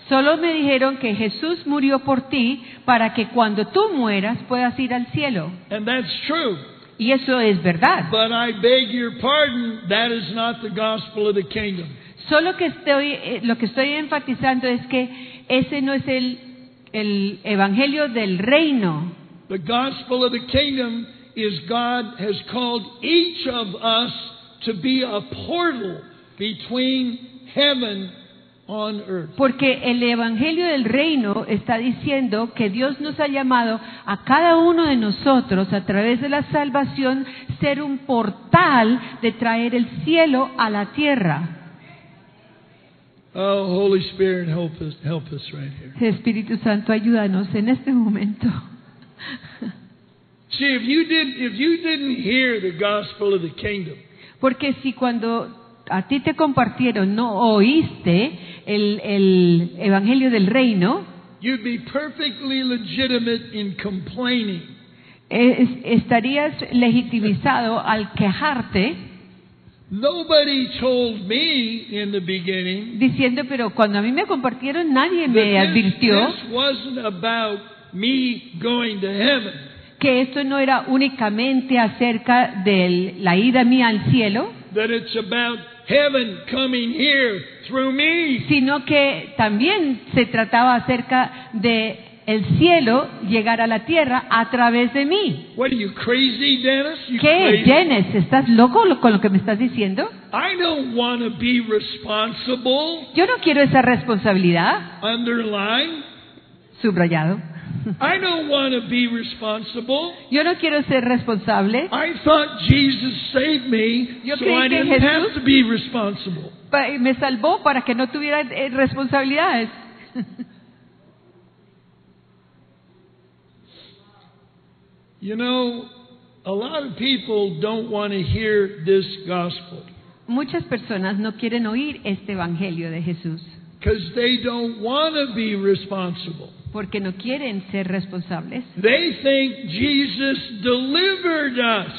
[SPEAKER 3] Solo me dijeron que Jesús murió por ti para que cuando tú mueras puedas ir al cielo.
[SPEAKER 2] And that's true.
[SPEAKER 3] Y eso es verdad.
[SPEAKER 2] But I beg your pardon, that is not the gospel of the kingdom.
[SPEAKER 3] Solo que estoy, eh, lo que estoy enfatizando es que ese no es el, el evangelio del reino.
[SPEAKER 2] The gospel of the kingdom is God has called each of us to be a portal between heaven on earth.
[SPEAKER 3] Porque el evangelio del reino está diciendo que Dios nos ha llamado a cada uno de nosotros a través de la salvación ser un portal de traer el cielo a la tierra.
[SPEAKER 2] Oh, Holy Spirit, help us, help us right here.
[SPEAKER 3] Espíritu Santo, ayúdanos en este momento.
[SPEAKER 2] See, if you did, if you didn't hear the gospel of the kingdom,
[SPEAKER 3] Porque si cuando a ti te compartieron no oíste el, el evangelio del reino,
[SPEAKER 2] you'd be perfectly legitimate in complaining.
[SPEAKER 3] eh, es- estarías legitimizado al quejarte
[SPEAKER 2] Nobody told me in the beginning
[SPEAKER 3] diciendo, pero cuando a mí me compartieron nadie
[SPEAKER 2] that
[SPEAKER 3] me
[SPEAKER 2] this,
[SPEAKER 3] advirtió
[SPEAKER 2] this wasn't about me going to heaven.
[SPEAKER 3] que esto no era únicamente acerca de la ida mía al cielo,
[SPEAKER 2] that it's about heaven coming here through me.
[SPEAKER 3] sino que también se trataba acerca de el cielo llegar a la tierra a través de mí.
[SPEAKER 2] What are you crazy, Dennis? You
[SPEAKER 3] ¿Qué,
[SPEAKER 2] crazy?
[SPEAKER 3] Dennis? ¿Estás loco lo- con lo que me estás diciendo?
[SPEAKER 2] I don't want to be responsible.
[SPEAKER 3] Yo no quiero esa responsabilidad,
[SPEAKER 2] Underline.
[SPEAKER 3] subrayado.
[SPEAKER 2] I don't want to be responsible.
[SPEAKER 3] Yo no quiero ser responsable.
[SPEAKER 2] I thought Jesus saved me,
[SPEAKER 3] Yo
[SPEAKER 2] so
[SPEAKER 3] creí
[SPEAKER 2] I
[SPEAKER 3] que
[SPEAKER 2] didn't
[SPEAKER 3] Jesús-
[SPEAKER 2] have to be responsible.
[SPEAKER 3] Pa- eh, Me salvó para que no tuviera eh, responsabilidades.
[SPEAKER 2] You know, a lot of people don't want to hear this gospel
[SPEAKER 3] Muchas personas no quieren oír este evangelio de Jesús
[SPEAKER 2] because they don't want to be responsible.
[SPEAKER 3] porque no quieren ser responsables.
[SPEAKER 2] They think Jesus delivered us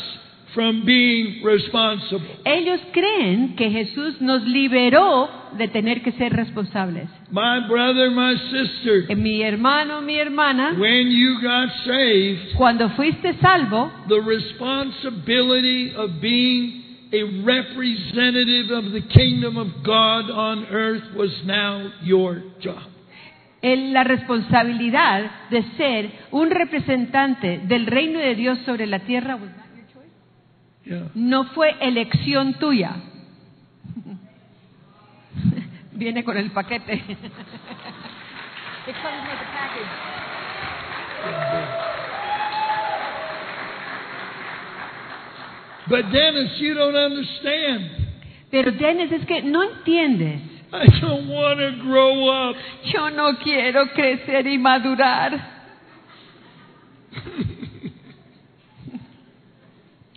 [SPEAKER 2] from being responsible.
[SPEAKER 3] Ellos creen que Jesús nos liberó de tener que ser responsables.
[SPEAKER 2] My brother, my sister,
[SPEAKER 3] Eh, Mi hermano, mi hermana,
[SPEAKER 2] when you got saved,
[SPEAKER 3] cuando fuiste salvo,
[SPEAKER 2] the responsibility of being a representative of the kingdom of God on earth was now your job.
[SPEAKER 3] el- eh, la responsabilidad de ser un representante del reino de Dios sobre la tierra
[SPEAKER 2] Yeah.
[SPEAKER 3] no fue elección tuya. Viene con el paquete. It comes with the package.
[SPEAKER 2] But Dennis, you don't understand.
[SPEAKER 3] Pero Dennis, es que no entiendes.
[SPEAKER 2] I don't want to grow up.
[SPEAKER 3] Yo no quiero crecer y madurar.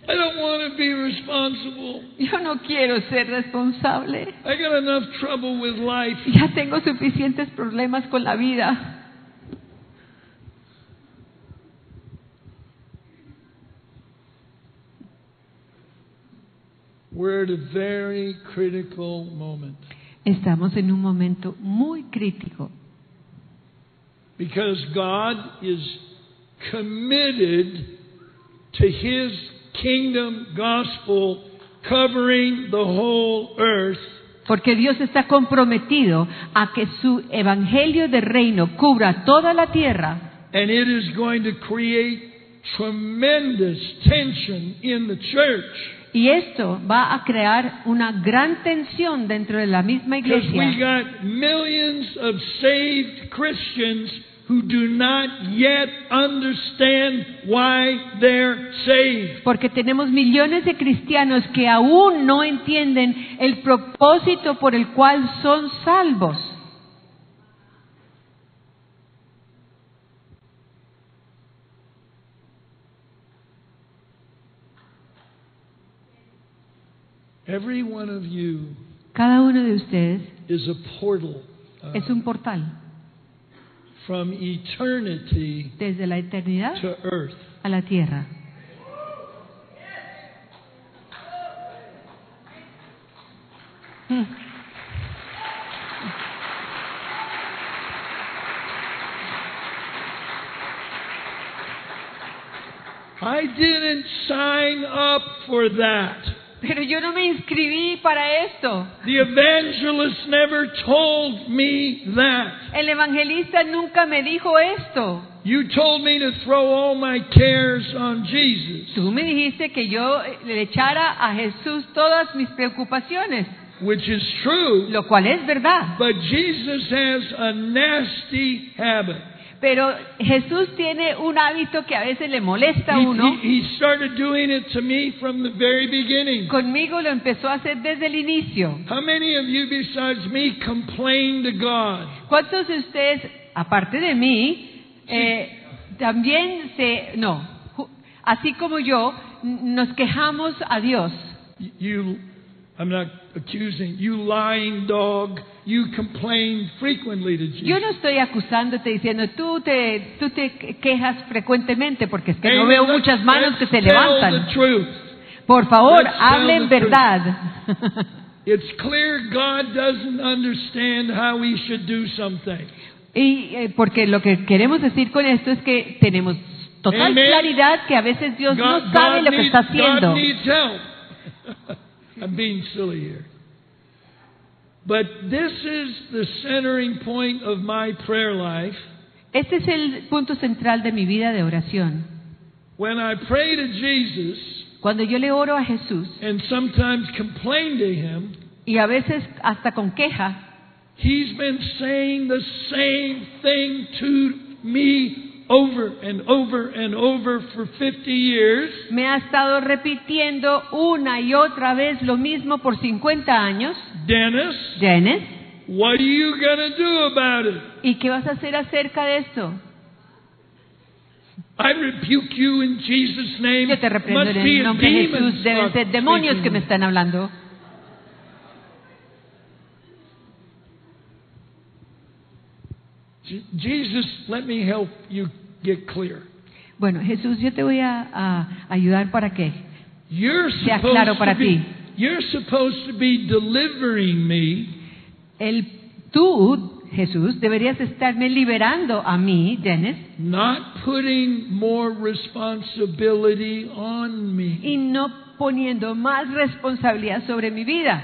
[SPEAKER 2] I don't want to be responsible.
[SPEAKER 3] Yo no quiero ser responsable.
[SPEAKER 2] I got enough trouble with life.
[SPEAKER 3] Ya tengo suficientes problemas con la vida.
[SPEAKER 2] We're at a very critical moment
[SPEAKER 3] Estamos en un momento muy crítico
[SPEAKER 2] because God is committed to His kingdom gospel covering the whole earth.
[SPEAKER 3] Porque Dios está comprometido a que su evangelio de reino cubra toda la tierra
[SPEAKER 2] And it is going to create tremendous tension in the church
[SPEAKER 3] y esto va a crear una gran tensión dentro de la misma
[SPEAKER 2] because we
[SPEAKER 3] iglesia.
[SPEAKER 2] got millions of saved Christians who do not yet understand why they're saved.
[SPEAKER 3] Porque tenemos millones de cristianos que aún no entienden el propósito por el cual son salvos.
[SPEAKER 2] Every one of you
[SPEAKER 3] Cada uno de ustedes
[SPEAKER 2] is a portal uh,
[SPEAKER 3] es un portal
[SPEAKER 2] from eternity
[SPEAKER 3] desde la eternidad
[SPEAKER 2] to earth.
[SPEAKER 3] a la tierra.
[SPEAKER 2] I didn't sign up for that.
[SPEAKER 3] Pero yo no me inscribí para esto.
[SPEAKER 2] The evangelist never told me that.
[SPEAKER 3] El evangelista nunca me dijo esto.
[SPEAKER 2] You told me to throw all my cares on Jesus,
[SPEAKER 3] Tú me dijiste que yo le echara a Jesús todas mis preocupaciones,
[SPEAKER 2] which is true,
[SPEAKER 3] lo cual es verdad.
[SPEAKER 2] but Jesus has a nasty habit.
[SPEAKER 3] Pero Jesús tiene un hábito que a veces le molesta a
[SPEAKER 2] He,
[SPEAKER 3] uno.
[SPEAKER 2] he- he started doing it to me from the very beginning.
[SPEAKER 3] Conmigo lo empezó a hacer desde el inicio.
[SPEAKER 2] How many of you besides me complain to God?
[SPEAKER 3] ¿Cuántos de ustedes, aparte de mí, eh, también se... No, ju- así como yo, n- nos quejamos a Dios.
[SPEAKER 2] You, I'm not accusing you, lying dog. You complain frequently to
[SPEAKER 3] Yo
[SPEAKER 2] Jesus.
[SPEAKER 3] no estoy acusándote diciendo, tú te, tú te quejas frecuentemente porque es que no
[SPEAKER 2] Amen.
[SPEAKER 3] veo
[SPEAKER 2] Let's-
[SPEAKER 3] muchas manos que
[SPEAKER 2] let's
[SPEAKER 3] se
[SPEAKER 2] tell
[SPEAKER 3] levantan.
[SPEAKER 2] the truth.
[SPEAKER 3] Por favor,
[SPEAKER 2] Let's tell
[SPEAKER 3] hablen
[SPEAKER 2] the truth.
[SPEAKER 3] verdad.
[SPEAKER 2] It's clear God doesn't understand how He should do something.
[SPEAKER 3] y eh, porque lo que queremos decir con esto es que tenemos total
[SPEAKER 2] Amen.
[SPEAKER 3] claridad que a veces Dios no sabe lo que
[SPEAKER 2] needs,
[SPEAKER 3] está
[SPEAKER 2] God
[SPEAKER 3] haciendo.
[SPEAKER 2] needs help. I'm being silly here. But this is the centering point of my prayer life.
[SPEAKER 3] Este es el punto central de mi vida de oración.
[SPEAKER 2] When I pray to Jesus
[SPEAKER 3] Cuando yo le oro a Jesús
[SPEAKER 2] and sometimes complain to him,
[SPEAKER 3] y a veces hasta con queja,
[SPEAKER 2] he's been saying the same thing to me over and over and over for 50 years.
[SPEAKER 3] me ha estado repitiendo una y otra vez lo mismo por 50 años,
[SPEAKER 2] Dennis,
[SPEAKER 3] Dennis,
[SPEAKER 2] what are you going to do about it?
[SPEAKER 3] ¿y qué vas a hacer acerca de esto?
[SPEAKER 2] I rebuke you in Jesus' name.
[SPEAKER 3] Yo te reprendo
[SPEAKER 2] Must
[SPEAKER 3] en
[SPEAKER 2] be
[SPEAKER 3] el
[SPEAKER 2] a
[SPEAKER 3] nombre de
[SPEAKER 2] demon
[SPEAKER 3] Jesús, deben
[SPEAKER 2] struck
[SPEAKER 3] ser demonios que
[SPEAKER 2] speaking.
[SPEAKER 3] me están hablando.
[SPEAKER 2] Je- Jesus, let me help you get clear.
[SPEAKER 3] Bueno, Jesús, yo te voy a, a ayudar para qué.
[SPEAKER 2] You're
[SPEAKER 3] Sea
[SPEAKER 2] supposed
[SPEAKER 3] claro para
[SPEAKER 2] to be,
[SPEAKER 3] ti.
[SPEAKER 2] you're supposed to be delivering me
[SPEAKER 3] El, tú, Jesús, deberías estarme liberando a mí, Dennis,
[SPEAKER 2] not putting more responsibility on me.
[SPEAKER 3] y no poniendo más responsabilidad sobre mi vida.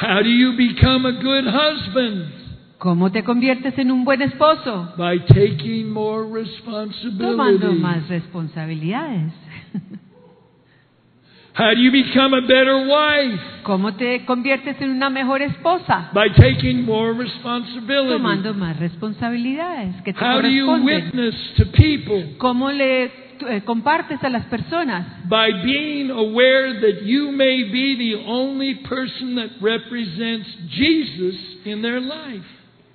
[SPEAKER 2] How do you become a good husband?
[SPEAKER 3] ¿Cómo te conviertes en un buen esposo?
[SPEAKER 2] By taking more responsibility.
[SPEAKER 3] Tomando más responsabilidades.
[SPEAKER 2] How do you become a better wife?
[SPEAKER 3] ¿Cómo te conviertes en una mejor esposa?
[SPEAKER 2] By taking more responsibility.
[SPEAKER 3] Tomando más responsabilidades que te
[SPEAKER 2] How do you
[SPEAKER 3] corresponden.
[SPEAKER 2] witness to people?
[SPEAKER 3] ¿Cómo le eh, compartes a las personas?
[SPEAKER 2] by being aware that you may be the only person that represents Jesus in their life.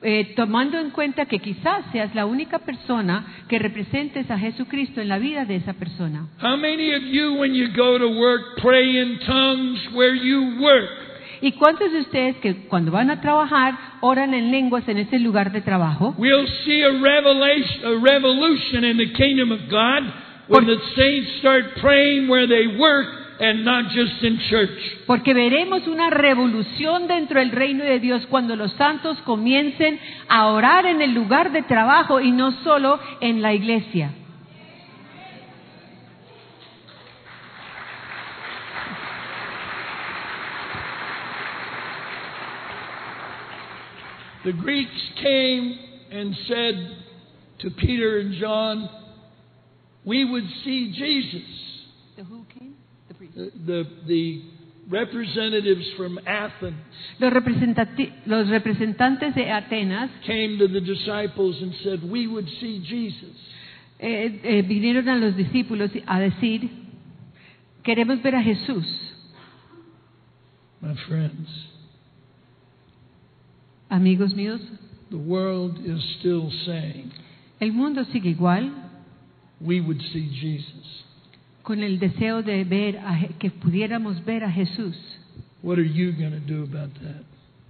[SPEAKER 3] Eh, tomando en cuenta que quizás seas la única persona que representes a Jesucristo en la vida de esa persona.
[SPEAKER 2] How many of you, when you go to work, pray in tongues where you work?
[SPEAKER 3] ¿Y cuántos de ustedes que cuando van a trabajar oran en lenguas en ese lugar de trabajo?
[SPEAKER 2] We'll see a revelation, a revolution in the kingdom of God when the saints start praying where they work and not just in church.
[SPEAKER 3] Porque veremos una revolución dentro del reino de Dios cuando los santos comiencen a orar en el lugar de trabajo y no solo en la iglesia.
[SPEAKER 2] The Greeks came and said to Peter and John, "We would see Jesus." the, the, the representatives from Athens
[SPEAKER 3] Los, representati- los representantes de Atenas
[SPEAKER 2] came to the disciples and said, We would see Jesus.
[SPEAKER 3] Eh, eh, vinieron a los discípulos a decir, queremos ver a Jesús,
[SPEAKER 2] My friends,
[SPEAKER 3] amigos míos.
[SPEAKER 2] the world is still saying,
[SPEAKER 3] El mundo sigue igual
[SPEAKER 2] We would see Jesus.
[SPEAKER 3] con el deseo de ver a Je- que pudiéramos ver a Jesús.
[SPEAKER 2] What are you going to do about that?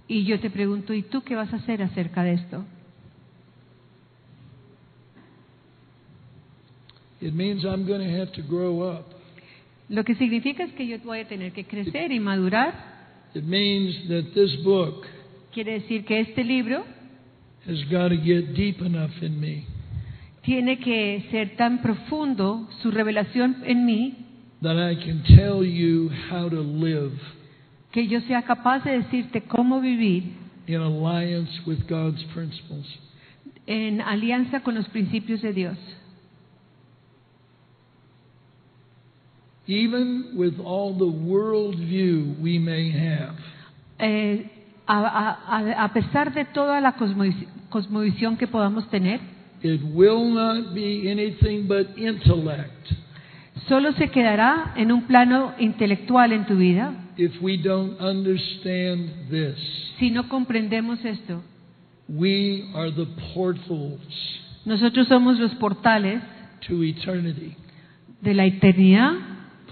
[SPEAKER 3] Y yo te pregunto, ¿y tú qué vas a hacer acerca de esto?
[SPEAKER 2] It means I'm going to have to grow up.
[SPEAKER 3] Lo que significa es que yo voy a tener que crecer y madurar.
[SPEAKER 2] It means that this book
[SPEAKER 3] Quiere decir que este libro
[SPEAKER 2] has got to get deep enough in me
[SPEAKER 3] tiene que ser tan profundo, su revelación en mí,
[SPEAKER 2] that I can tell you how to live
[SPEAKER 3] que yo sea capaz de decirte cómo vivir
[SPEAKER 2] in alliance with God's principles.
[SPEAKER 3] en alianza con los principios de Dios.
[SPEAKER 2] Even with all the worldview we may have,
[SPEAKER 3] Eh, a, a- a- a pesar de toda la cosmovis- cosmovisión que podamos tener,
[SPEAKER 2] It will not be anything but intellect
[SPEAKER 3] solo se quedará en un plano intelectual en tu vida
[SPEAKER 2] if we don't understand this.
[SPEAKER 3] si no comprendemos esto.
[SPEAKER 2] We are the portals
[SPEAKER 3] Nosotros somos los portales
[SPEAKER 2] to eternity,
[SPEAKER 3] de la eternidad,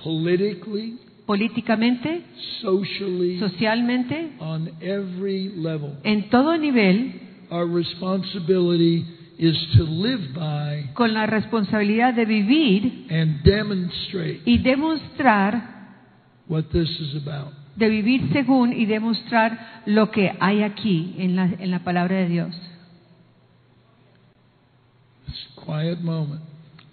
[SPEAKER 2] politically,
[SPEAKER 3] políticamente,
[SPEAKER 2] socially,
[SPEAKER 3] socialmente,
[SPEAKER 2] on every level.
[SPEAKER 3] en todo nivel,
[SPEAKER 2] Our responsibility is to live by
[SPEAKER 3] con la responsabilidad de vivir
[SPEAKER 2] and demonstrate
[SPEAKER 3] y demostrar,
[SPEAKER 2] what this is about.
[SPEAKER 3] de vivir según y demostrar lo que hay aquí en la, en la palabra de Dios.
[SPEAKER 2] It's a quiet moment.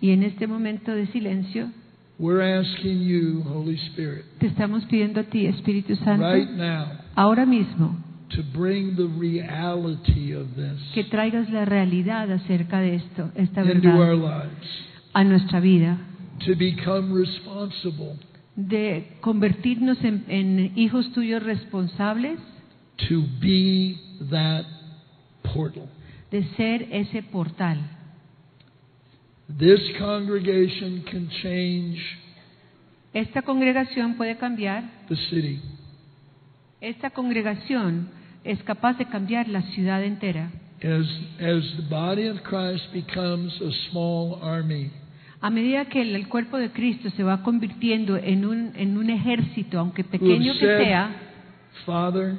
[SPEAKER 3] Y en este momento de silencio
[SPEAKER 2] We're asking you, Holy Spirit,
[SPEAKER 3] te estamos pidiendo a ti, Espíritu Santo,
[SPEAKER 2] right now
[SPEAKER 3] ahora mismo,
[SPEAKER 2] to bring the reality of this
[SPEAKER 3] que traigas la realidad acerca de esto, esta
[SPEAKER 2] into our
[SPEAKER 3] verdad,
[SPEAKER 2] lives,
[SPEAKER 3] a nuestra vida,
[SPEAKER 2] to become responsible
[SPEAKER 3] de convertirnos en, en hijos tuyos responsables,
[SPEAKER 2] to be that portal.
[SPEAKER 3] de ser ese portal.
[SPEAKER 2] This congregation can change
[SPEAKER 3] Esta congregación puede cambiar,
[SPEAKER 2] the city.
[SPEAKER 3] esta congregación es capaz de cambiar la ciudad entera.
[SPEAKER 2] As, as the body of Christ becomes a small army,
[SPEAKER 3] A medida que el, el cuerpo de Cristo se va convirtiendo en un, en un ejército, aunque
[SPEAKER 2] who have
[SPEAKER 3] pequeño que
[SPEAKER 2] said,
[SPEAKER 3] sea,
[SPEAKER 2] Father,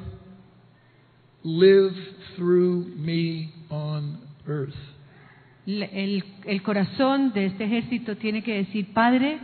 [SPEAKER 2] live through me on earth.
[SPEAKER 3] La- El, el corazón de este ejército tiene que decir, Padre,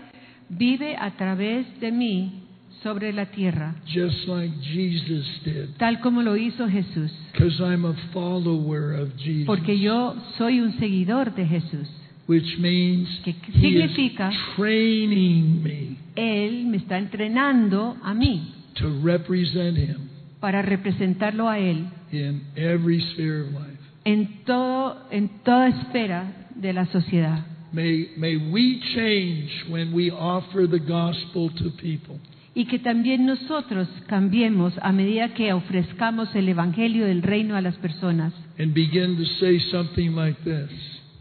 [SPEAKER 3] vive a través de mí sobre la tierra,
[SPEAKER 2] Just like Jesus did.
[SPEAKER 3] tal como lo hizo Jesús,
[SPEAKER 2] Because I'm a follower of Jesus.
[SPEAKER 3] porque yo soy un seguidor de Jesús.
[SPEAKER 2] Which means
[SPEAKER 3] Que
[SPEAKER 2] he is
[SPEAKER 3] significa-
[SPEAKER 2] training me
[SPEAKER 3] Él me está entrenando a mí
[SPEAKER 2] to represent him
[SPEAKER 3] para representarlo a Él
[SPEAKER 2] in every sphere of life.
[SPEAKER 3] en, todo, en toda esfera de la sociedad.
[SPEAKER 2] May, may we change when we offer the gospel to people.
[SPEAKER 3] Y que también nosotros cambiemos a medida que ofrezcamos el Evangelio del Reino a las personas.
[SPEAKER 2] and begin to say something like this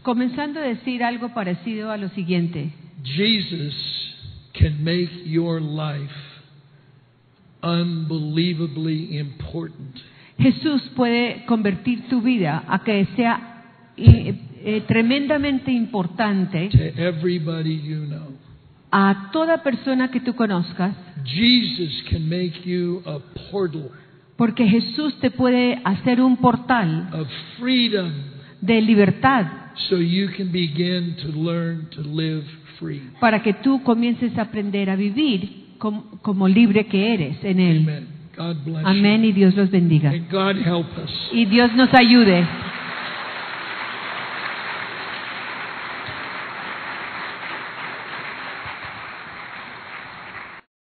[SPEAKER 3] Comenzando a decir algo parecido a lo siguiente.
[SPEAKER 2] Jesus can make your life unbelievably important.
[SPEAKER 3] Jesús puede convertir tu vida a que sea eh, eh, tremendamente importante
[SPEAKER 2] To everybody you know,
[SPEAKER 3] a toda persona que tú conozcas,
[SPEAKER 2] Jesus can make you a portal
[SPEAKER 3] porque Jesús te puede hacer un portal
[SPEAKER 2] of freedom
[SPEAKER 3] de libertad
[SPEAKER 2] so you can begin to learn to live free.
[SPEAKER 3] para que tú comiences a aprender a vivir com- como, libre que eres en Él.
[SPEAKER 2] Amen. God bless
[SPEAKER 3] Amén y Dios los
[SPEAKER 2] you.
[SPEAKER 3] bendiga.
[SPEAKER 2] And God help us.
[SPEAKER 3] Y Dios nos ayude.